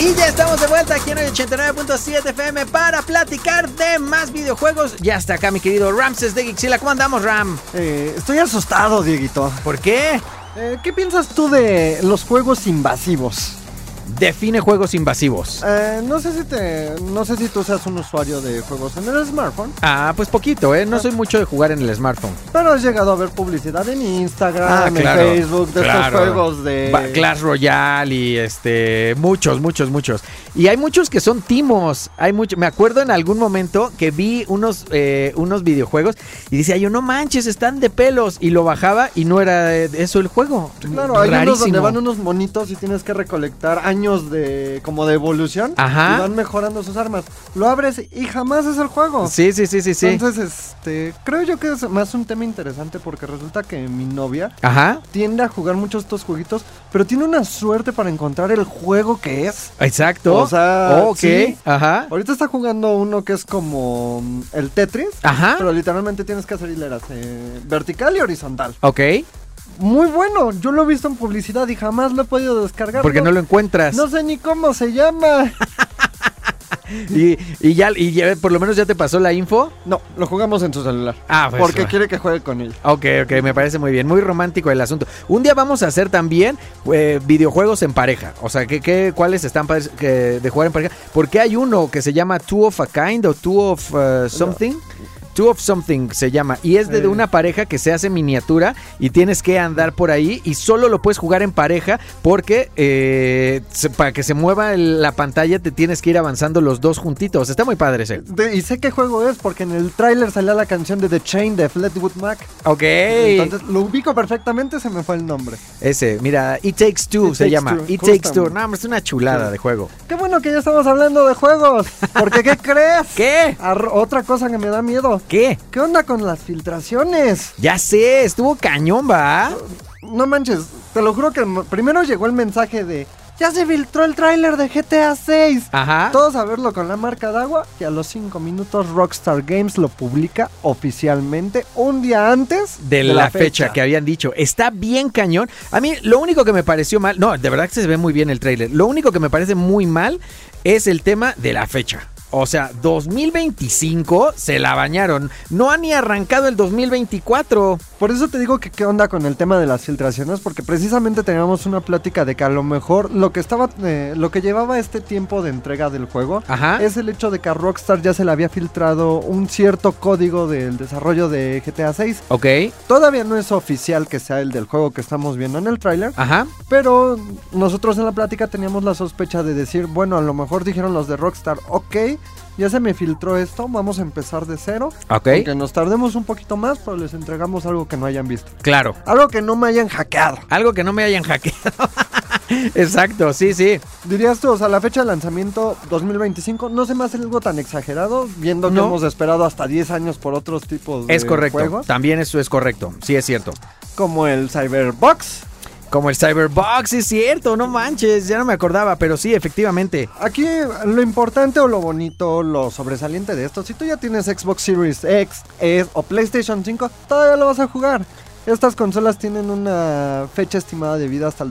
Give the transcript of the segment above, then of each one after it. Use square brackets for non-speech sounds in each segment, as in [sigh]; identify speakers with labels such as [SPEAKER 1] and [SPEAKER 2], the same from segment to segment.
[SPEAKER 1] Y ya estamos de vuelta aquí en el 89.7 FM para platicar de más videojuegos. Ya está acá mi querido Ramses de Gixila. ¿Cómo andamos, Ram?
[SPEAKER 2] Eh, estoy asustado, Dieguito.
[SPEAKER 1] ¿Por qué?
[SPEAKER 2] Eh, ¿Qué piensas tú de los juegos invasivos?
[SPEAKER 1] Define juegos invasivos.
[SPEAKER 2] Eh, no sé si te, no sé si tú seas un usuario de juegos en el smartphone,
[SPEAKER 1] Ah, pues poquito, ¿eh? No soy mucho de jugar en el smartphone.
[SPEAKER 2] pero has llegado a ver publicidad en Instagram,
[SPEAKER 1] Ah, claro,
[SPEAKER 2] en Facebook de
[SPEAKER 1] claro.
[SPEAKER 2] estos juegos de
[SPEAKER 1] Ba- Clash Royale y este muchos, muchos, muchos. Y hay muchos que son timos. Hay mucho. Me acuerdo en algún momento que vi unos, eh, unos videojuegos y decía yo, no manches, están de pelos. Y lo bajaba y no era eh, eso el juego.
[SPEAKER 2] Claro, hay unos donde
[SPEAKER 1] Rarísimo.
[SPEAKER 2] van unos monitos y tienes que recolectar años de como de evolución
[SPEAKER 1] Ajá.
[SPEAKER 2] y van mejorando sus armas. Lo abres y jamás es el juego.
[SPEAKER 1] Sí, sí, sí, sí, sí.
[SPEAKER 2] Entonces, este, creo yo que es más un tema interesante porque resulta que mi novia
[SPEAKER 1] Ajá.
[SPEAKER 2] tiende a jugar mucho estos jueguitos, pero tiene una suerte para encontrar el juego que es.
[SPEAKER 1] Exacto.
[SPEAKER 2] O sea,
[SPEAKER 1] ok.
[SPEAKER 2] sí.
[SPEAKER 1] Ajá.
[SPEAKER 2] Ahorita está jugando uno que es como mm, el Tetris,
[SPEAKER 1] Ajá.
[SPEAKER 2] pero literalmente tienes que hacer hileras eh, vertical y horizontal.
[SPEAKER 1] Ok.
[SPEAKER 2] Muy bueno, yo lo he visto en publicidad y jamás lo he podido descargar.
[SPEAKER 1] Porque no lo encuentras.
[SPEAKER 2] No sé ni cómo se llama.
[SPEAKER 1] Y, y ya, y ya- por lo menos ya te pasó la info.
[SPEAKER 2] [laughs] No, lo jugamos en su celular.
[SPEAKER 1] Ah, pues,
[SPEAKER 2] Porque
[SPEAKER 1] bueno.
[SPEAKER 2] quiere que juegue con él.
[SPEAKER 1] Ok, ok, me parece muy bien, muy romántico el asunto. Un día vamos a hacer también eh, videojuegos en pareja. O sea, ¿qué, qué, cuáles están padres, que- de jugar en pareja? Porque hay uno que se llama Two of a Kind o Two of eh, Something. Two of Something se llama. Y es de, de
[SPEAKER 2] Eh.
[SPEAKER 1] una pareja que se hace miniatura y tienes que andar por ahí y solo lo puedes jugar en pareja porque eh, se- para que se mueva el- la pantalla te tienes que ir avanzando los dos juntitos. Está muy padre ese.
[SPEAKER 2] De- y sé qué juego es porque en el tráiler salía la canción de The Chain de Fleetwood Mac.
[SPEAKER 1] Ok.
[SPEAKER 2] Entonces lo ubico perfectamente, se me fue el nombre.
[SPEAKER 1] Ese, mira, It Takes Two
[SPEAKER 2] It
[SPEAKER 1] se
[SPEAKER 2] Takes
[SPEAKER 1] llama.
[SPEAKER 2] Two,
[SPEAKER 1] It Takes Two.
[SPEAKER 2] justamente.
[SPEAKER 1] No, hombre, es una chulada
[SPEAKER 2] Sí.
[SPEAKER 1] de juego.
[SPEAKER 2] Qué bueno que ya estamos hablando de juegos.
[SPEAKER 1] [laughs]
[SPEAKER 2] Porque ¿qué crees?
[SPEAKER 1] ¿Qué?
[SPEAKER 2] Ar- otra cosa que me da miedo.
[SPEAKER 1] ¿Qué?
[SPEAKER 2] ¿Qué onda con las filtraciones?
[SPEAKER 1] Ya sé, estuvo cañón, va.
[SPEAKER 2] No manches, te lo juro que m- primero llegó el mensaje de ya se filtró el tráiler de GTA 6.
[SPEAKER 1] Ajá.
[SPEAKER 2] Todos a verlo con la marca de agua y a los 5 minutos Rockstar Games lo publica oficialmente un día antes
[SPEAKER 1] De la, fecha. que habían dicho. Está bien cañón. A mí lo único que me pareció mal, no, de verdad que se ve muy bien el tráiler. Lo único que me parece muy mal es el tema de la fecha. O sea, 2025 se la bañaron. No han ni arrancado el 2024.
[SPEAKER 2] Por eso te digo que qué onda con el tema de las filtraciones, porque precisamente teníamos una plática de que a lo mejor lo que estaba, eh, lo que llevaba este tiempo de entrega del juego
[SPEAKER 1] Ajá.
[SPEAKER 2] es el hecho de que a Rockstar ya se le había filtrado un cierto código del desarrollo de GTA 6.
[SPEAKER 1] Ok.
[SPEAKER 2] Todavía no es oficial que sea el del juego que estamos viendo en el tráiler,
[SPEAKER 1] Ajá.
[SPEAKER 2] pero nosotros en la plática teníamos la sospecha de decir, bueno, a lo mejor dijeron los de Rockstar, ok, ya se me filtró esto, vamos a empezar de cero.
[SPEAKER 1] Ok.
[SPEAKER 2] Aunque nos tardemos un poquito más, pero les entregamos algo que no hayan visto.
[SPEAKER 1] Claro.
[SPEAKER 2] Algo que no me hayan hackeado.
[SPEAKER 1] Algo que no me hayan [laughs] hackeado. Exacto, sí, sí.
[SPEAKER 2] Dirías tú, o sea, la fecha de lanzamiento 2025 no se me hace algo tan exagerado, viendo
[SPEAKER 1] No.
[SPEAKER 2] que hemos esperado hasta 10 años por otros tipos de
[SPEAKER 1] Es correcto.
[SPEAKER 2] juegos,
[SPEAKER 1] También eso es correcto. Sí, es cierto.
[SPEAKER 2] como el Cyberbox.
[SPEAKER 1] Como el Cyberbox, es cierto, no manches, ya no me acordaba, pero sí, efectivamente.
[SPEAKER 2] Aquí lo importante o lo bonito, lo sobresaliente de esto, si tú ya tienes Xbox Series X, S o PlayStation 5, todavía lo vas a jugar. Estas consolas tienen una fecha estimada de vida hasta el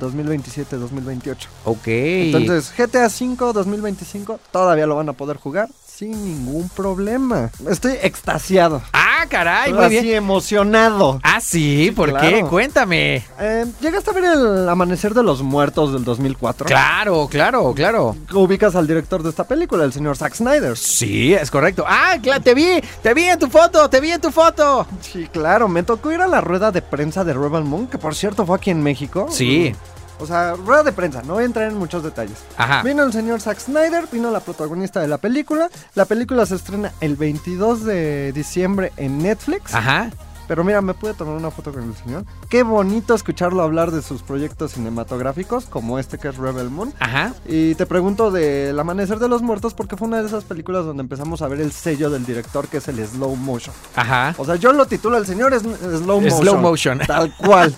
[SPEAKER 2] 2027-2028.
[SPEAKER 1] Ok.
[SPEAKER 2] Entonces, GTA V 2025 todavía lo van a poder jugar sin ningún problema. Estoy extasiado.
[SPEAKER 1] Ah, caray, muy
[SPEAKER 2] Así
[SPEAKER 1] bien.
[SPEAKER 2] emocionado.
[SPEAKER 1] Ah, sí, ¿por qué?
[SPEAKER 2] claro.
[SPEAKER 1] Cuéntame.
[SPEAKER 2] Eh, ¿Llegaste a ver el Amanecer de los Muertos del 2004?
[SPEAKER 1] Claro, claro, claro.
[SPEAKER 2] Ubicas al director de esta película, el señor Zack Snyder.
[SPEAKER 1] Sí, es correcto. Ah, claro, te vi, te vi en tu foto, te vi en tu foto.
[SPEAKER 2] Sí, claro, me tocó ir a la rueda de prensa de Rebel Moon, que por cierto fue aquí en México.
[SPEAKER 1] Sí.
[SPEAKER 2] O sea, rueda de prensa, no voy a entrar en muchos detalles.
[SPEAKER 1] Ajá.
[SPEAKER 2] Vino el señor Zack Snyder, vino la protagonista de la película. La película se estrena el 22 de diciembre en Netflix.
[SPEAKER 1] Ajá.
[SPEAKER 2] Pero mira, me pude tomar una foto con el señor. Qué bonito escucharlo hablar de sus proyectos cinematográficos, como este que es Rebel Moon.
[SPEAKER 1] Ajá.
[SPEAKER 2] Y te pregunto del Amanecer de los Muertos, porque fue una de esas películas donde empezamos a ver el sello del director, que es el slow motion.
[SPEAKER 1] Ajá.
[SPEAKER 2] O sea, yo lo titulo el señor es slow motion.
[SPEAKER 1] Slow motion.
[SPEAKER 2] Tal cual.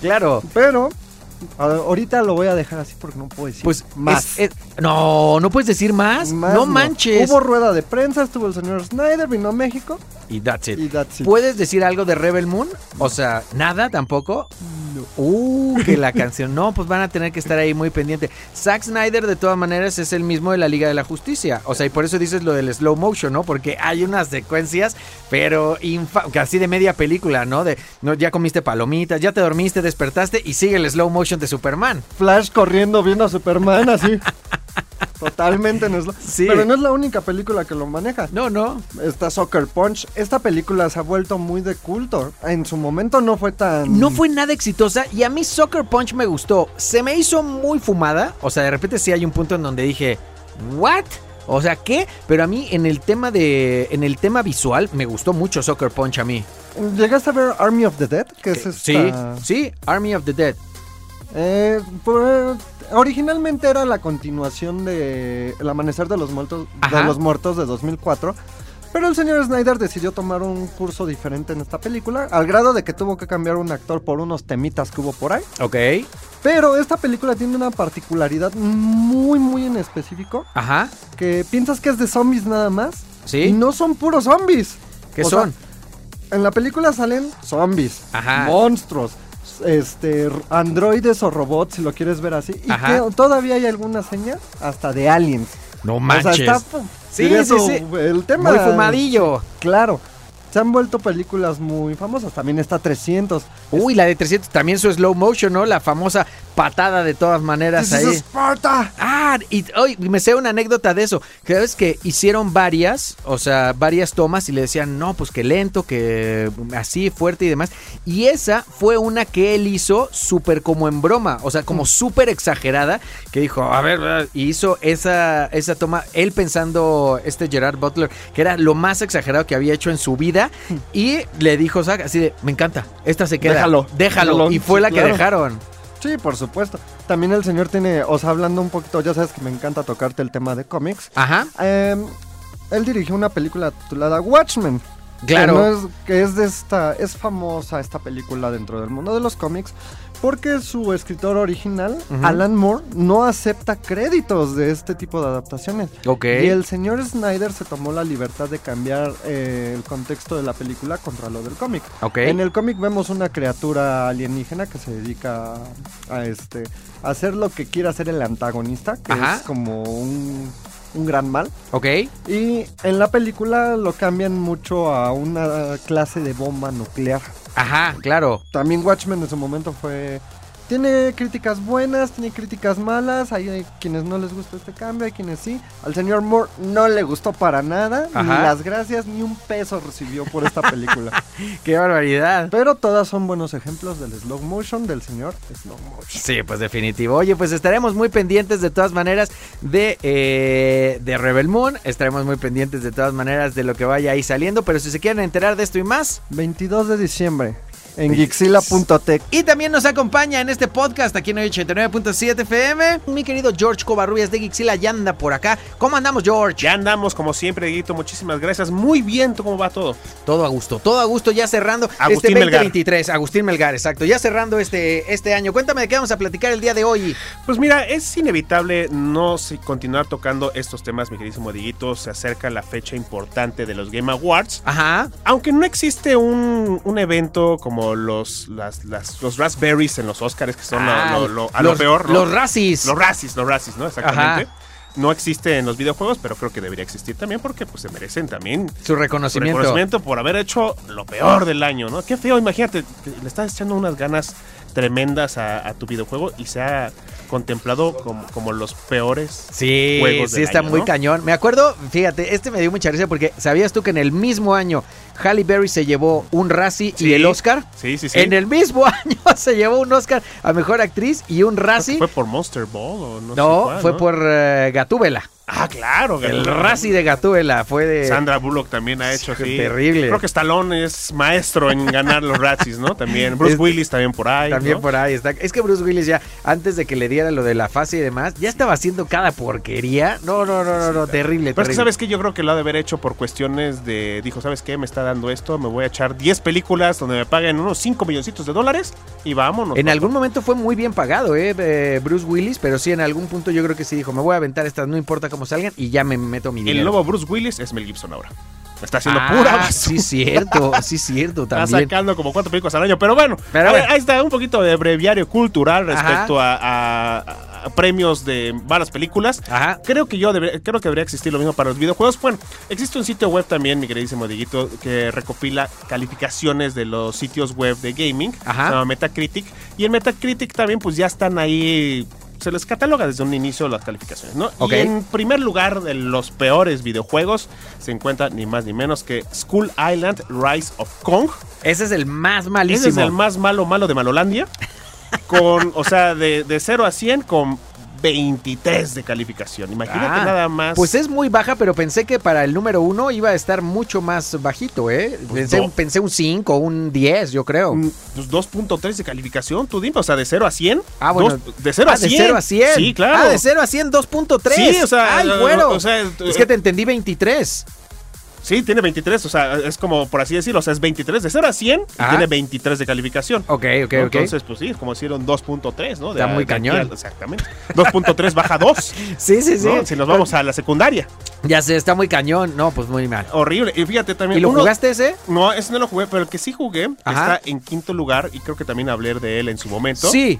[SPEAKER 1] Claro.
[SPEAKER 2] Pero a- ahorita lo voy a dejar así porque no puedo decir
[SPEAKER 1] Pues es-
[SPEAKER 2] más.
[SPEAKER 1] es- no, no puedes decir más.
[SPEAKER 2] Más
[SPEAKER 1] no manches.
[SPEAKER 2] Hubo rueda de prensa, estuvo el señor Snyder, vino a México
[SPEAKER 1] Y that's it.
[SPEAKER 2] y that's it.
[SPEAKER 1] ¿Puedes decir algo de Rebel Moon? O sea, nada tampoco. Uh, que la canción. No, pues van a tener que estar ahí muy pendiente. Zack Snyder, de todas maneras, es el mismo de la Liga de la Justicia. O sea, y por eso dices lo del slow motion, ¿no? Porque hay unas secuencias, pero infa- casi de media película, ¿no? De no, ya comiste palomitas, ya te dormiste, despertaste y sigue el slow motion de Superman.
[SPEAKER 2] Flash corriendo viendo a
[SPEAKER 1] [laughs]
[SPEAKER 2] Superman así. Totalmente no es la...
[SPEAKER 1] Sí.
[SPEAKER 2] Pero no es la única película que lo maneja.
[SPEAKER 1] No, no.
[SPEAKER 2] Está Soccer Punch. Esta película se ha vuelto muy de culto. En su momento no fue tan...
[SPEAKER 1] No fue nada exitosa y a mí Soccer Punch me gustó. Se me hizo muy fumada. O sea, de repente sí hay un punto en donde dije, ¿what? O sea, ¿qué? Pero a mí en el tema de. En el tema visual me gustó mucho Soccer Punch a mí.
[SPEAKER 2] ¿Llegaste a ver Army of the Dead? Que es
[SPEAKER 1] Eh, Sí,
[SPEAKER 2] esta-
[SPEAKER 1] sí, Army of the Dead.
[SPEAKER 2] Eh, pues, originalmente era la continuación de El Amanecer de los Muertos de,
[SPEAKER 1] Ajá.
[SPEAKER 2] los muertos de 2004. Pero el señor Snyder decidió tomar un curso diferente en esta película, al grado de que tuvo que cambiar un actor por unos temitas que hubo por ahí.
[SPEAKER 1] Ok.
[SPEAKER 2] Pero esta película tiene una particularidad muy, muy en específico,
[SPEAKER 1] Ajá.
[SPEAKER 2] que piensas que es de zombies nada más.
[SPEAKER 1] Sí.
[SPEAKER 2] Y no son puros zombies.
[SPEAKER 1] ¿Qué
[SPEAKER 2] O sea,
[SPEAKER 1] son?
[SPEAKER 2] en la película salen zombies,
[SPEAKER 1] Ajá.
[SPEAKER 2] monstruos, este, r- androides o robots, si lo quieres ver así. Y
[SPEAKER 1] Ajá.
[SPEAKER 2] que todavía hay algunas señas hasta de aliens.
[SPEAKER 1] no
[SPEAKER 2] O
[SPEAKER 1] manches.
[SPEAKER 2] sea, está fu-
[SPEAKER 1] Sí,
[SPEAKER 2] diría
[SPEAKER 1] sí,
[SPEAKER 2] tú,
[SPEAKER 1] sí.
[SPEAKER 2] El tema.
[SPEAKER 1] Muy fumadillo.
[SPEAKER 2] Claro. Se han vuelto películas muy famosas. También está 300.
[SPEAKER 1] Uy, la de 300. También su slow motion, ¿no? La famosa patada de todas maneras
[SPEAKER 2] This is
[SPEAKER 1] ahí.
[SPEAKER 2] Sparta.
[SPEAKER 1] Ah, y hoy me sé una anécdota de eso. Que ves que hicieron varias, o sea, varias tomas y le decían, no, pues que lento, que así, fuerte y demás. Y esa fue una que él hizo súper como en broma, o sea,
[SPEAKER 2] Mm.
[SPEAKER 1] como súper exagerada, que dijo, a ver, ah", y hizo esa, esa toma, él pensando, este Gerard Butler, que era lo más exagerado que había hecho en su vida.
[SPEAKER 2] Mm.
[SPEAKER 1] Y le dijo, Zac, así de, me encanta, esta se queda.
[SPEAKER 2] Déjalo,
[SPEAKER 1] Déjalo.
[SPEAKER 2] déjalo,
[SPEAKER 1] y fue
[SPEAKER 2] sí,
[SPEAKER 1] la que
[SPEAKER 2] claro.
[SPEAKER 1] dejaron.
[SPEAKER 2] Sí, por supuesto. También el señor tiene, o sea, hablando un poquito, ya sabes que me encanta tocarte el tema de cómics.
[SPEAKER 1] Ajá,
[SPEAKER 2] Em, él dirigió una película titulada Watchmen.
[SPEAKER 1] claro.
[SPEAKER 2] Que, no es, que es de esta. Es famosa esta película dentro del mundo de los cómics. Porque su escritor original,
[SPEAKER 1] Ujú.
[SPEAKER 2] Alan Moore, no acepta créditos de este tipo de adaptaciones.
[SPEAKER 1] Ok.
[SPEAKER 2] Y el señor Snyder se tomó la libertad de cambiar eh, el contexto de la película contra lo del cómic.
[SPEAKER 1] Ok.
[SPEAKER 2] En el cómic vemos una criatura alienígena que se dedica a, a este a hacer lo que quiere hacer el antagonista, que
[SPEAKER 1] Ajá.
[SPEAKER 2] es como un, un gran mal.
[SPEAKER 1] Ok.
[SPEAKER 2] Y en la película lo cambian mucho a una clase de bomba nuclear.
[SPEAKER 1] Ajá, claro.
[SPEAKER 2] También Watchmen en su momento fue... Tiene críticas buenas, tiene críticas malas, hay, hay quienes no les gusta este cambio, hay quienes sí. Al señor Moore no le gustó para nada, ni
[SPEAKER 1] Ajá.
[SPEAKER 2] las gracias, ni un peso recibió por esta película.
[SPEAKER 1] Qué barbaridad.
[SPEAKER 2] Pero todas son buenos ejemplos del slow motion del señor slow motion.
[SPEAKER 1] Sí, pues definitivo. Oye, pues estaremos muy pendientes de todas maneras de, eh, de Rebel Moon. Estaremos muy pendientes de todas maneras de lo que vaya ahí saliendo. Pero si se quieren enterar de esto y más.
[SPEAKER 2] 22 de diciembre en Gixila.tech.
[SPEAKER 1] Y también nos acompaña en este podcast aquí en 89.7 FM. Mi querido George Covarrubias de Gixila ya anda por acá. ¿Cómo andamos, George?
[SPEAKER 3] Ya andamos, como siempre, Dieguito. Muchísimas gracias. Muy bien, ¿tú cómo va todo?
[SPEAKER 1] Todo a gusto, todo a gusto, ya cerrando
[SPEAKER 3] Agustín
[SPEAKER 1] este
[SPEAKER 3] Melgar.
[SPEAKER 1] 2023. Agustín Melgar, exacto. Ya cerrando este, este año. Cuéntame de qué vamos a platicar el día de hoy.
[SPEAKER 3] Pues mira, es inevitable no si- continuar tocando estos temas, mi queridísimo Dieguito. Se acerca la fecha importante de los Game Awards.
[SPEAKER 1] Ajá.
[SPEAKER 3] Aunque no existe un, un evento como los, las- las- los Raspberries en los Oscars, que son lo-
[SPEAKER 1] Ah,
[SPEAKER 3] lo, lo- a lo
[SPEAKER 1] los-
[SPEAKER 3] peor. ¿no?
[SPEAKER 1] Los racis.
[SPEAKER 3] Los Razzies, los Razzies, ¿no? Exactamente.
[SPEAKER 1] Ajá.
[SPEAKER 3] No existe en los videojuegos, pero creo que debería existir también porque pues se merecen también
[SPEAKER 1] Su reconocimiento.
[SPEAKER 3] reconocimiento por haber hecho lo peor del año, ¿no? Qué feo, imagínate, que le estás echando unas ganas tremendas a, a tu videojuego y se ha contemplado como, como los peores.
[SPEAKER 1] Sí,
[SPEAKER 3] juegos
[SPEAKER 1] sí
[SPEAKER 3] del
[SPEAKER 1] está
[SPEAKER 3] año,
[SPEAKER 1] muy
[SPEAKER 3] ¿no?
[SPEAKER 1] cañón. Me acuerdo, fíjate, este me dio mucha risa porque sabías tú que en el mismo año Halle Berry se llevó un Razzie y
[SPEAKER 3] Sí.
[SPEAKER 1] el Oscar.
[SPEAKER 3] Sí, sí, sí.
[SPEAKER 1] En el mismo [laughs] año se llevó un Oscar a mejor actriz y un
[SPEAKER 3] Creo que
[SPEAKER 1] Razzie.
[SPEAKER 3] ¿Fue por Monster Ball o no? sé
[SPEAKER 1] no,
[SPEAKER 3] cuál,
[SPEAKER 1] fue por eh, Gatúbela.
[SPEAKER 3] Ah, claro.
[SPEAKER 1] El
[SPEAKER 3] Gatúbela.
[SPEAKER 1] Razzie de Gatuela fue de.
[SPEAKER 3] Sandra Bullock también ha hecho
[SPEAKER 1] Hijo,
[SPEAKER 3] así.
[SPEAKER 1] terrible.
[SPEAKER 3] Creo que Stallone es maestro en ganar los Razzies, ¿no? También. Bruce
[SPEAKER 1] Es-
[SPEAKER 3] Willis también por ahí.
[SPEAKER 1] También
[SPEAKER 3] ¿no?
[SPEAKER 1] por ahí está. Es que Bruce Willis ya, antes de que le diera lo de la fase y demás, ya estaba haciendo cada porquería. No, no, no, no, no, terrible.
[SPEAKER 3] Pero es que
[SPEAKER 1] terrible.
[SPEAKER 3] sabes que yo creo que lo ha de haber hecho por cuestiones de. Dijo, ¿sabes qué? Me está dando esto. Me voy a echar 10 películas donde me paguen unos 5 milloncitos de dólares y vámonos.
[SPEAKER 1] En
[SPEAKER 3] ¿no?
[SPEAKER 1] algún momento fue muy bien pagado, ¿eh? eh, Bruce Willis, pero sí, en algún punto yo creo que sí dijo, me voy a aventar estas, no importa cómo salgan, y ya me meto mi dinero.
[SPEAKER 3] El nuevo Bruce Willis es Mel Gibson ahora. Está haciendo
[SPEAKER 1] Ah,
[SPEAKER 3] pura basura.
[SPEAKER 1] Sí, cierto, sí, cierto,
[SPEAKER 3] Está
[SPEAKER 1] también.
[SPEAKER 3] sacando como cuatro películas al año, pero bueno,
[SPEAKER 1] Pero
[SPEAKER 3] a ver,
[SPEAKER 1] bueno.
[SPEAKER 3] ahí está un poquito de breviario cultural
[SPEAKER 1] Ajá.
[SPEAKER 3] respecto a, a- a premios de malas películas.
[SPEAKER 1] Ajá.
[SPEAKER 3] Creo que yo deber- creo que debería existir lo mismo para los videojuegos. Bueno, existe un sitio web también, mi queridísimo Dieguito, que recopila calificaciones de los sitios web de gaming,
[SPEAKER 1] Ajá.
[SPEAKER 3] se llama Metacritic, y en Metacritic también pues ya están ahí se les cataloga desde un inicio las calificaciones, ¿no?
[SPEAKER 1] Ok.
[SPEAKER 3] Y en primer lugar de los peores videojuegos se encuentra ni más ni menos que School Island Rise of Kong.
[SPEAKER 1] Ese es el más
[SPEAKER 3] Ese
[SPEAKER 1] malísimo.
[SPEAKER 3] es el más malo malo de Malolandia. Con, o sea, de, de 0 a 100 con 23 de calificación. Imagínate
[SPEAKER 1] Ah,
[SPEAKER 3] nada más.
[SPEAKER 1] Pues es muy baja, pero pensé que para el número uno iba a estar mucho más bajito, ¿eh?
[SPEAKER 3] Pues
[SPEAKER 1] pensé,
[SPEAKER 3] no.
[SPEAKER 1] un, pensé un 5, un 10, yo creo.
[SPEAKER 3] Mm, pues 2.3 de calificación, tú dime, o sea, de 0 a 100.
[SPEAKER 1] Ah, bueno.
[SPEAKER 3] dos- de 0
[SPEAKER 1] Ah,
[SPEAKER 3] a 100.
[SPEAKER 1] de 0 a 100.
[SPEAKER 3] Sí, claro.
[SPEAKER 1] Ah, de 0 a 100, 2.3.
[SPEAKER 3] Sí, o sea,
[SPEAKER 1] Ay,
[SPEAKER 3] o-
[SPEAKER 1] bueno.
[SPEAKER 3] o sea,
[SPEAKER 1] es que te entendí 23.
[SPEAKER 3] Sí, tiene 23, o sea, es como por así decirlo, o sea, es 23 de 0 a 100 y
[SPEAKER 1] Ajá.
[SPEAKER 3] tiene 23 de calificación.
[SPEAKER 1] Ok, ok, ok.
[SPEAKER 3] Entonces, pues sí, es como hicieron 2.3, ¿no? De-
[SPEAKER 1] Está muy
[SPEAKER 3] de aquí
[SPEAKER 1] cañón.
[SPEAKER 3] al- exactamente. 2.3 baja 2.
[SPEAKER 1] sí, [laughs] sí, sí.
[SPEAKER 3] ¿no? Si nos vamos a la secundaria.
[SPEAKER 1] Ya sé, está muy cañón. No, pues muy mal.
[SPEAKER 3] Horrible. Y fíjate también.
[SPEAKER 1] ¿Y lo
[SPEAKER 3] uno-
[SPEAKER 1] jugaste ese?
[SPEAKER 3] No, ese no lo jugué, pero el que sí jugué que
[SPEAKER 1] Ajá.
[SPEAKER 3] está en quinto lugar y creo que también hablé de él en su momento.
[SPEAKER 1] Sí,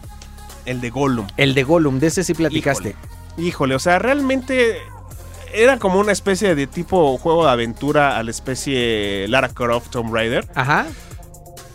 [SPEAKER 3] El de Gollum.
[SPEAKER 1] el de Gollum, de ese sí platicaste.
[SPEAKER 3] Híjole. Híjole, o sea, realmente era como una especie de tipo juego de aventura a la especie Lara Croft Tomb Raider,
[SPEAKER 1] Ajá,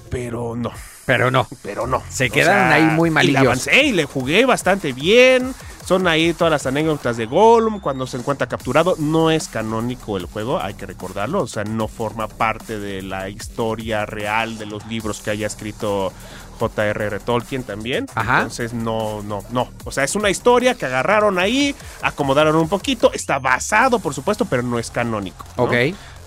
[SPEAKER 3] pero no.
[SPEAKER 1] pero no.
[SPEAKER 3] pero no.
[SPEAKER 1] Se quedaron ahí muy malillos.
[SPEAKER 3] Y le avancé y le jugué bastante bien. Son ahí todas las anécdotas de Gollum cuando se encuentra capturado. No es canónico el juego, hay que recordarlo. O sea, no forma parte de la historia real de los libros que haya escrito J.R.R. Tolkien también.
[SPEAKER 1] Ajá.
[SPEAKER 3] Entonces, no, no, no. O sea, es una historia que agarraron ahí, acomodaron un poquito. Está basado, por supuesto, pero no es canónico. ¿no?
[SPEAKER 1] Ok.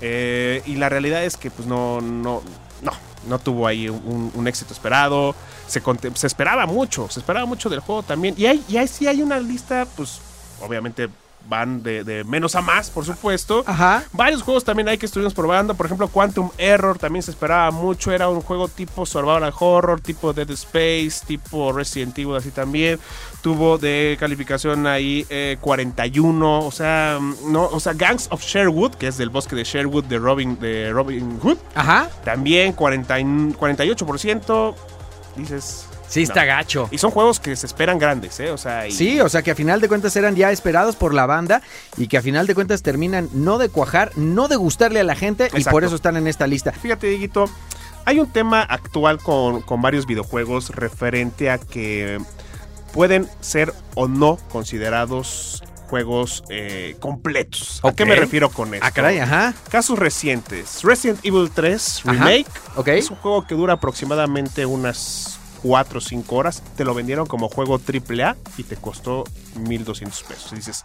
[SPEAKER 3] Eh, y la realidad es que pues no, no, no, no tuvo ahí un, un éxito esperado. Se, conte- se esperaba mucho, se esperaba mucho del juego también. Y ahí, y ahí sí hay una lista, pues obviamente van de, de menos a más, por supuesto.
[SPEAKER 1] Ajá.
[SPEAKER 3] Varios juegos también hay que estuvimos probando. Por ejemplo, Quantum Error también se esperaba mucho. Era un juego tipo Survival Horror, tipo Dead Space, tipo Resident Evil, así también. Tuvo de calificación ahí eh, 41. O sea, mm, no, o sea, Gangs of Sherwood, que es del bosque de Sherwood de Robin, de Robin Hood.
[SPEAKER 1] Ajá.
[SPEAKER 3] También 40, y- 48%. Dices.
[SPEAKER 1] Sí, está
[SPEAKER 3] no.
[SPEAKER 1] gacho.
[SPEAKER 3] Y son juegos que se esperan grandes, ¿eh? O sea, y-
[SPEAKER 1] Sí, o sea que a final de cuentas eran ya esperados por la banda y que a final de cuentas terminan no de cuajar, no de gustarle a la gente y
[SPEAKER 3] Exacto.
[SPEAKER 1] por eso están en esta lista.
[SPEAKER 3] Fíjate, Dieguito, hay un tema actual con, con varios videojuegos referente a que pueden ser o no considerados juegos eh, completos. ¿A qué
[SPEAKER 1] Ok.
[SPEAKER 3] me refiero con esto?
[SPEAKER 1] Ah, caray, ajá.
[SPEAKER 3] Casos recientes. Resident Evil 3
[SPEAKER 1] Ajá,
[SPEAKER 3] Remake
[SPEAKER 1] ok.
[SPEAKER 3] es un juego que dura aproximadamente unas 4 o 5 horas. Te lo vendieron como juego AAA y te costó 1.200 pesos. Y dices,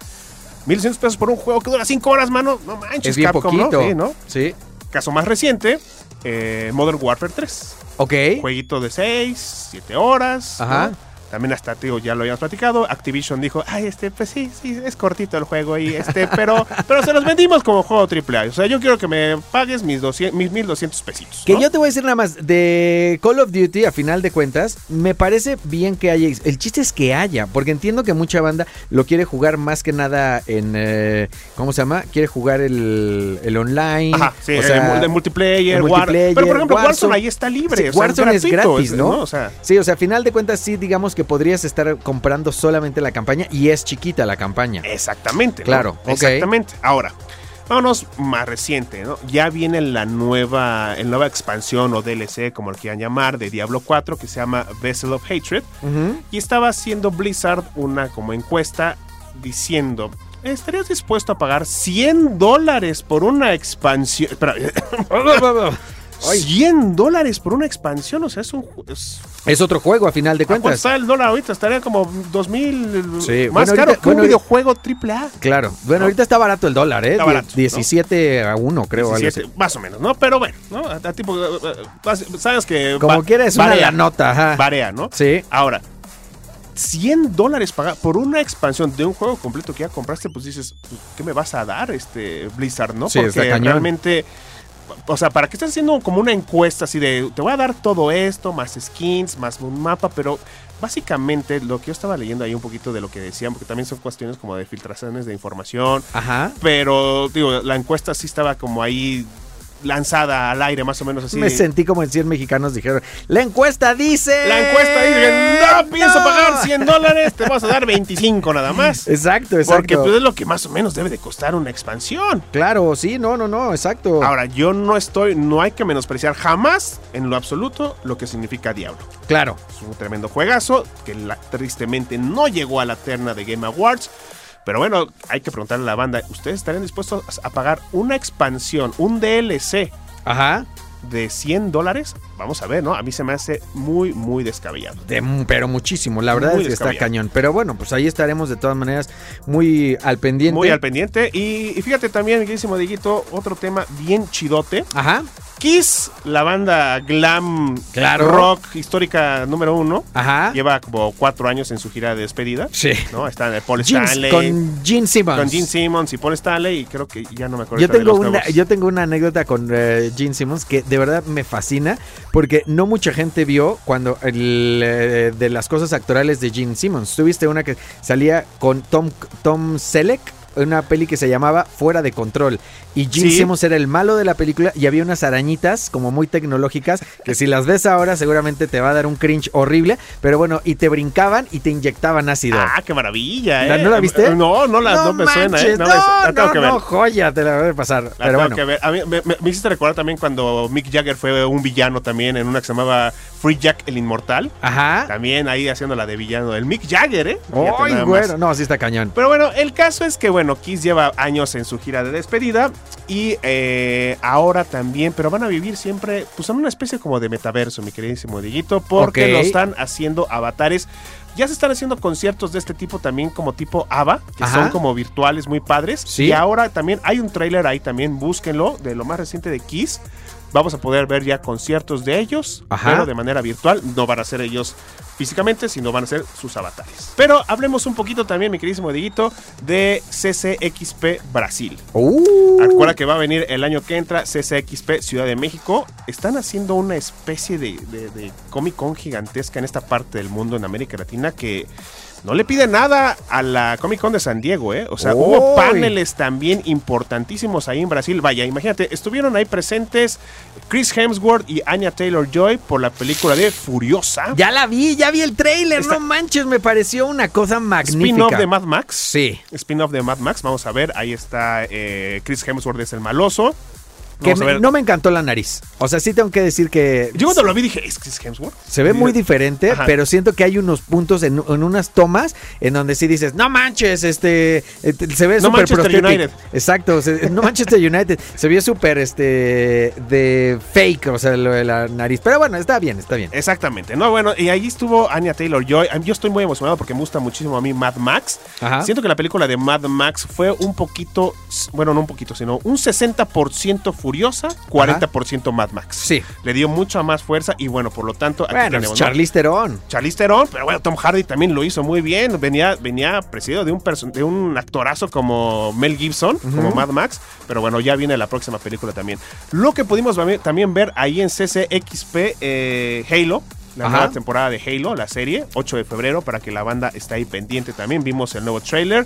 [SPEAKER 3] 1.200 pesos por un juego que dura 5 horas, mano. No manches,
[SPEAKER 1] Es bien
[SPEAKER 3] Capcom, ¿no?
[SPEAKER 1] poquito.
[SPEAKER 3] Sí, ¿no?
[SPEAKER 1] Sí.
[SPEAKER 3] Caso más reciente, eh, Modern Warfare 3.
[SPEAKER 1] Ok.
[SPEAKER 3] Jueguito de 6, 7 horas.
[SPEAKER 1] Ajá.
[SPEAKER 3] ¿no? También hasta, te digo, ya lo habíamos platicado. Activision dijo, ay, este, pues sí, sí, es cortito el juego y este,
[SPEAKER 1] [laughs]
[SPEAKER 3] pero, pero se los vendimos como juego AAA. O sea, yo quiero que me pagues mis, 200, mis 1200 pesitos.
[SPEAKER 1] Que
[SPEAKER 3] ¿no?
[SPEAKER 1] yo te voy a decir nada más, de Call of Duty, a final de cuentas, me parece bien que haya. El chiste es que haya, porque entiendo que mucha banda lo quiere jugar más que nada en. eh, ¿Cómo se llama? Quiere jugar el, el online.
[SPEAKER 3] Ajá, sí,
[SPEAKER 1] o
[SPEAKER 3] el
[SPEAKER 1] sea,
[SPEAKER 3] mul- de multiplayer,
[SPEAKER 1] el
[SPEAKER 3] War-
[SPEAKER 1] multiplayer,
[SPEAKER 3] Pero por ejemplo, Warzone,
[SPEAKER 1] Warzone
[SPEAKER 3] ahí está libre.
[SPEAKER 1] Sí,
[SPEAKER 3] o sea,
[SPEAKER 1] Warzone es
[SPEAKER 3] gratuito,
[SPEAKER 1] gratis,
[SPEAKER 3] es-
[SPEAKER 1] ¿no?
[SPEAKER 3] O sea,
[SPEAKER 1] Sí, o sea, a final de cuentas, sí, digamos que podrías estar comprando solamente la campaña y es chiquita la campaña.
[SPEAKER 3] Eh, Exactamente. ¿no?
[SPEAKER 1] Claro, ok.
[SPEAKER 3] Exactamente. Ahora, vámonos más reciente, ¿no? Ya viene la nueva, el nueva expansión o DLC, como lo quieran llamar, de Diablo 4, que se llama Vessel of Hatred. [laughs]
[SPEAKER 1] Ujú.
[SPEAKER 3] Y estaba haciendo Blizzard una como encuesta diciendo. ¿Estarías dispuesto a pagar 100 dólares por una [laughs] expansión? Espera, 100 dólares por una expansión, o sea, es un, ju- es
[SPEAKER 1] Es otro juego a final de
[SPEAKER 3] ¿A cuánto
[SPEAKER 1] cuentas.
[SPEAKER 3] está el dólar ahorita? Estaría como 2000
[SPEAKER 1] Sí,
[SPEAKER 3] sí. más
[SPEAKER 1] bueno,
[SPEAKER 3] caro
[SPEAKER 1] ahorita-
[SPEAKER 3] que
[SPEAKER 1] bueno,
[SPEAKER 3] un videojuego triple A.
[SPEAKER 1] Claro. Bueno, ahorita está barato el dólar, ¿eh?
[SPEAKER 3] Está barato, ¿no?
[SPEAKER 1] 17 a 1, creo. algo
[SPEAKER 3] 17,
[SPEAKER 1] así.
[SPEAKER 3] más o menos, ¿no? Pero bueno, ¿no? A, a tipo, eh, eh, sabes que...
[SPEAKER 1] Como
[SPEAKER 3] quieres
[SPEAKER 1] quieras, una la nota, ajá.
[SPEAKER 3] Varea, ¿no?
[SPEAKER 1] Sí.
[SPEAKER 3] Ahora, 100 dólares pagar por una expansión de un juego completo que ya compraste, pues dices, pues, ¿qué me vas a dar este Blizzard, no?
[SPEAKER 1] Sí, está
[SPEAKER 3] Porque
[SPEAKER 1] cañón.
[SPEAKER 3] realmente... O sea, ¿para qué estás haciendo como una encuesta así de te voy a dar todo esto, más skins, más un mapa? Pero básicamente lo que yo estaba leyendo ahí un poquito de lo que decían, porque también son cuestiones como de filtraciones de información,
[SPEAKER 1] Ajá.
[SPEAKER 3] pero digo, la encuesta sí estaba como ahí lanzada al aire, más o menos así.
[SPEAKER 1] Me sentí como en 100 mexicanos dijeron, la encuesta dice...
[SPEAKER 3] La encuesta dice, no pienso
[SPEAKER 1] ¡No!".
[SPEAKER 3] pagar 100 dólares, te vas a dar
[SPEAKER 1] [laughs]
[SPEAKER 3] 25 nada más.
[SPEAKER 1] Exacto, exacto.
[SPEAKER 3] Porque pues, es lo que más o menos debe de costar una expansión.
[SPEAKER 1] Claro, sí, no, no, no, exacto.
[SPEAKER 3] Ahora, yo no estoy, no hay que menospreciar jamás en lo absoluto lo que significa Diablo.
[SPEAKER 1] claro.
[SPEAKER 3] Es un tremendo juegazo que la- tristemente no llegó a la terna de Game Awards. Pero bueno, hay que preguntarle a la banda, ¿ustedes estarían dispuestos a pagar una expansión, un DLC
[SPEAKER 1] Ajá.
[SPEAKER 3] de 100 dólares? Vamos a ver, ¿no? A mí se me hace muy, muy descabellado.
[SPEAKER 1] De mu- pero muchísimo, la verdad
[SPEAKER 3] Muy
[SPEAKER 1] es que está
[SPEAKER 3] descabellado.
[SPEAKER 1] cañón. Pero bueno, pues ahí estaremos de todas maneras muy al pendiente.
[SPEAKER 3] Muy al pendiente. Y, y fíjate también, mi queridísimo Dieguito, otro tema bien chidote.
[SPEAKER 1] Ajá,
[SPEAKER 3] Kiss, la banda glam
[SPEAKER 1] Claro.
[SPEAKER 3] rock histórica número uno,
[SPEAKER 1] ajá.
[SPEAKER 3] lleva como cuatro años en su gira de despedida.
[SPEAKER 1] Sí.
[SPEAKER 3] ¿no? Está en Paul
[SPEAKER 1] Gene-
[SPEAKER 3] Stanley. Con
[SPEAKER 1] con Gene Simmons.
[SPEAKER 3] Gene Simmons y Paul Stanley, y creo que ya no me acuerdo.
[SPEAKER 1] Yo
[SPEAKER 3] ahorita de
[SPEAKER 1] tengo,
[SPEAKER 3] los
[SPEAKER 1] una,
[SPEAKER 3] nuevos.
[SPEAKER 1] yo tengo una anécdota con eh, Gene Simmons que de verdad me fascina porque no mucha gente vio cuando el, eh, de las cosas actorales de Gene Simmons. Tuviste una que salía con Tom, Tom Selleck, una peli que se llamaba Fuera de Control. Y Gene
[SPEAKER 3] Sí.
[SPEAKER 1] Simmons era el malo de la película y había unas arañitas como muy tecnológicas que si las ves ahora seguramente te va a dar un cringe horrible. Pero bueno, y te brincaban y te inyectaban ácido.
[SPEAKER 3] Ah, qué maravilla,
[SPEAKER 1] ¿La-
[SPEAKER 3] ¿eh?
[SPEAKER 1] no la viste?
[SPEAKER 3] No, no, la, no, me suena, ¿eh?
[SPEAKER 1] manches,
[SPEAKER 3] No,
[SPEAKER 1] no,
[SPEAKER 3] me- la tengo
[SPEAKER 1] no,
[SPEAKER 3] que ver.
[SPEAKER 1] no, joya, te la voy a pasar.
[SPEAKER 3] La
[SPEAKER 1] pero
[SPEAKER 3] tengo
[SPEAKER 1] bueno.
[SPEAKER 3] que ver. A mí me, me- me hiciste recordar también cuando Mick Jagger fue un villano también en una que se llamaba Free Jack el Inmortal.
[SPEAKER 1] Ajá.
[SPEAKER 3] También ahí haciendo la de villano del Mick Jagger, ¿eh? Fíjate
[SPEAKER 1] Ay,
[SPEAKER 3] nada
[SPEAKER 1] bueno,
[SPEAKER 3] más.
[SPEAKER 1] no, sí está cañón.
[SPEAKER 3] Pero bueno, el caso es que, bueno, Kiss lleva años en su gira de despedida y eh, ahora también, pero van a vivir siempre, pues en una especie como de metaverso, mi queridísimo Dieguito, porque
[SPEAKER 1] Ok.
[SPEAKER 3] lo están haciendo avatares. Ya se están haciendo conciertos de este tipo también, como tipo ABBA, que
[SPEAKER 1] Ajá.
[SPEAKER 3] son como virtuales muy padres.
[SPEAKER 1] Sí.
[SPEAKER 3] Y ahora también hay un tráiler ahí también, búsquenlo, de lo más reciente de Kiss. Vamos a poder ver ya conciertos de ellos,
[SPEAKER 1] Ajá.
[SPEAKER 3] pero de manera virtual. No van a ser ellos físicamente, sino van a ser sus avatares. Pero hablemos un poquito también, mi queridísimo Dieguito, de CCXP Brasil.
[SPEAKER 1] Uh,
[SPEAKER 3] Recuerda que va a venir el año que entra CCXP Ciudad de México. Están haciendo una especie de, de- de Comic Con gigantesca en esta parte del mundo, en América Latina, que no le pide nada a la Comic Con de San Diego, ¿eh? O sea,
[SPEAKER 1] ¡Uy!
[SPEAKER 3] hubo paneles también importantísimos ahí en Brasil. Vaya, imagínate, estuvieron ahí presentes Chris Hemsworth y Anya Taylor Joy por la película de Furiosa.
[SPEAKER 1] ya la vi, ya vi el trailer,
[SPEAKER 3] Esta-
[SPEAKER 1] no manches, me pareció una cosa magnífica.
[SPEAKER 3] Spin-off de Mad Max.
[SPEAKER 1] Sí.
[SPEAKER 3] Spin-off de Mad Max. Vamos a ver, ahí está eh, Chris Hemsworth es el maloso.
[SPEAKER 1] Que
[SPEAKER 3] Vamos a
[SPEAKER 1] me-
[SPEAKER 3] ver.
[SPEAKER 1] no me encantó la nariz. O sea, sí tengo que decir que
[SPEAKER 3] Yo cuando lo vi dije, ¿es Chris Hemsworth?
[SPEAKER 1] se ve
[SPEAKER 3] Dije,
[SPEAKER 1] muy diferente,
[SPEAKER 3] Ajá.
[SPEAKER 1] pero siento que hay unos puntos en, en unas tomas en donde sí dices, no manches, este, este, se ve
[SPEAKER 3] No
[SPEAKER 1] súper
[SPEAKER 3] Manchester
[SPEAKER 1] prosthetic".
[SPEAKER 3] United.
[SPEAKER 1] Exacto, se- no Manchester United, se vio súper, este, de fake, o sea, lo de la nariz. Pero bueno, está bien, está
[SPEAKER 3] Eh,
[SPEAKER 1] bien.
[SPEAKER 3] Exactamente, no, bueno, y ahí estuvo Anya Taylor Joy. Yo estoy muy emocionado porque me gusta muchísimo a mí Mad Max.
[SPEAKER 1] Ajá.
[SPEAKER 3] Siento que la película de Mad Max fue un poquito, bueno, no un poquito, sino un 60% furiosa, 40% Mad Max.
[SPEAKER 1] Sí.
[SPEAKER 3] Le dio mucha más fuerza y bueno, por lo tanto, aquí
[SPEAKER 1] Bueno, pues
[SPEAKER 3] tenemos, ¿no?
[SPEAKER 1] Charlize Theron.
[SPEAKER 3] Charlize Theron, pero bueno, Tom Hardy también lo hizo muy bien. Venía, venía presidido de un, perso- de un actorazo como Mel Gibson, como Mad Max, pero bueno, ya viene la próxima película también. Lo que pudimos va- también ver ahí en CCXP eh, Halo. La
[SPEAKER 1] Ajá.
[SPEAKER 3] nueva temporada de Halo, la serie, 8 de febrero, para que la banda esté ahí pendiente también. Vimos el nuevo trailer.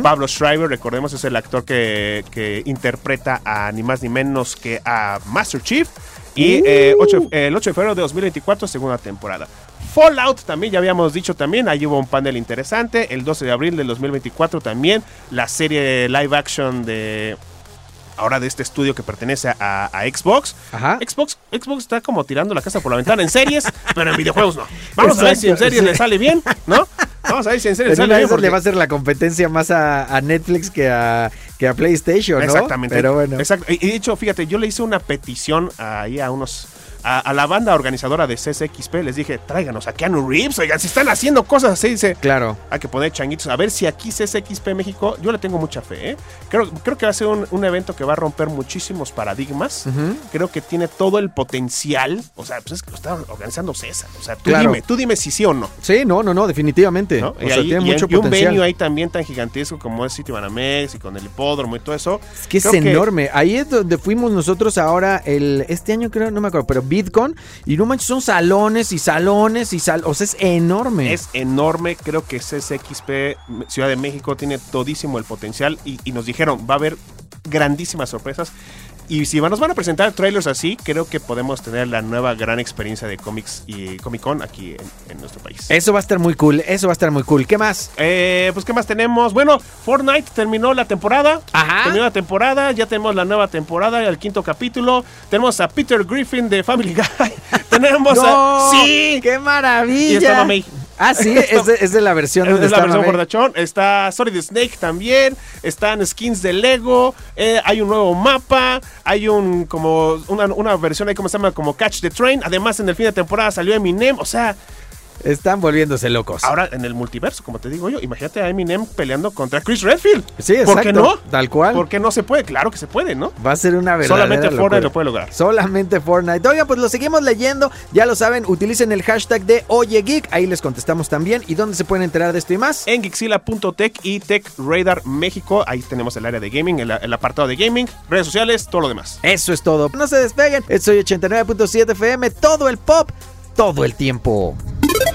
[SPEAKER 3] Pablo Schreiber, recordemos, es el actor que, que interpreta a ni más ni menos que a Master Chief. Y eh, 8 de- el 8 de febrero de 2024, segunda temporada. Fallout también, ya habíamos dicho también, ahí hubo un panel interesante. El 12 de abril del 2024 también, la serie live action de... Ahora de este estudio que pertenece a, a Xbox.
[SPEAKER 1] Ajá.
[SPEAKER 3] Xbox. Xbox está como tirando la casa por la ventana en series, [laughs] pero en videojuegos no. Vamos a ver si en
[SPEAKER 1] Exacto,
[SPEAKER 3] series
[SPEAKER 1] sí.
[SPEAKER 3] le sale bien, ¿no? Vamos a ver si en series
[SPEAKER 1] En
[SPEAKER 3] le
[SPEAKER 1] una
[SPEAKER 3] sale
[SPEAKER 1] de
[SPEAKER 3] bien.
[SPEAKER 1] esas le
[SPEAKER 3] porque-
[SPEAKER 1] va a hacer la competencia más a, a Netflix que a, que a PlayStation, ¿no?
[SPEAKER 3] Exactamente.
[SPEAKER 1] Pero bueno.
[SPEAKER 3] Exacto. Y y de hecho, fíjate, yo le hice una petición ahí a unos. A, a la banda organizadora de CCXP les dije, tráiganos a Keanu Reeves, oigan, si están haciendo cosas así, dice,
[SPEAKER 1] Claro.
[SPEAKER 3] hay que poner changuitos. A ver si aquí CCXP México, yo le tengo mucha fe, ¿eh? Creo, creo que va a ser un, un evento que va a romper muchísimos paradigmas. Creo que tiene todo el potencial. O sea, pues es que lo está organizando César. O sea, tú
[SPEAKER 1] Claro.
[SPEAKER 3] dime, tú dime si sí o no.
[SPEAKER 1] Sí, no, no, no, definitivamente.
[SPEAKER 3] ¿no?
[SPEAKER 1] O
[SPEAKER 3] y
[SPEAKER 1] sea,
[SPEAKER 3] ahí-
[SPEAKER 1] tiene
[SPEAKER 3] y-
[SPEAKER 1] mucho
[SPEAKER 3] y un
[SPEAKER 1] potencial.
[SPEAKER 3] venue ahí también tan gigantesco como es City Banamex y con el hipódromo y todo eso.
[SPEAKER 1] Es que es
[SPEAKER 3] Creo
[SPEAKER 1] enorme. Ahí es donde fuimos nosotros ahora, el este año creo, no me acuerdo, pero VidCon. Y no manches, son salones y salones y sal, O sea, es enorme.
[SPEAKER 3] Es enorme, creo que CCXP Ciudad de México tiene todísimo el potencial y, y nos dijeron, va a haber grandísimas sorpresas. Y si va- nos van a presentar trailers así, creo que podemos tener la nueva gran experiencia de cómics y Comic Con aquí en, en nuestro país.
[SPEAKER 1] Eso va a estar muy cool, eso va a estar muy cool. ¿Qué más?
[SPEAKER 3] Eh, pues, ¿qué más tenemos? Bueno, Fortnite terminó la temporada.
[SPEAKER 1] Ajá.
[SPEAKER 3] Terminó la temporada. Ya tenemos la nueva temporada, el quinto capítulo. Tenemos a Peter Griffin de Family Guy. [laughs] tenemos a. Pues, eh, ¡Sí!
[SPEAKER 1] ¡Qué maravilla!
[SPEAKER 3] Y estaba May.
[SPEAKER 1] Ah, sí, es de, es de la versión
[SPEAKER 3] [laughs] Es
[SPEAKER 1] donde
[SPEAKER 3] es la
[SPEAKER 1] estaba
[SPEAKER 3] versión
[SPEAKER 1] May.
[SPEAKER 3] gordachón. Está Sorry the Snake también. Están skins de Lego. eh, hay un nuevo mapa. Hay un como una, una versión ahí como se llama como Catch the Train. Además, en el fin de temporada salió Eminem. O sea,
[SPEAKER 1] Están volviéndose locos.
[SPEAKER 3] ahora en el multiverso, como te digo yo, imagínate a Eminem peleando contra Chris Redfield.
[SPEAKER 1] Sí,
[SPEAKER 3] ¿Por qué
[SPEAKER 1] exacto,
[SPEAKER 3] no?
[SPEAKER 1] tal cual.
[SPEAKER 3] ¿Por qué no se puede? Claro que se puede, ¿no?
[SPEAKER 1] Va a ser una verdadera
[SPEAKER 3] Solamente Fortnite
[SPEAKER 1] locura.
[SPEAKER 3] lo puede lograr.
[SPEAKER 1] Solamente Fortnite. Oigan, pues lo seguimos leyendo. Ya lo saben, utilicen el hashtag de Oye Geek. Ahí les contestamos también. ¿Y dónde se pueden enterar de esto y más?
[SPEAKER 3] en Gixila.tech y Tech Radar México. Ahí tenemos el área de gaming, el, el apartado de gaming, redes sociales, todo lo demás.
[SPEAKER 1] Eso es todo. No se despeguen. Soy 89.7 FM. Todo el pop, todo el tiempo.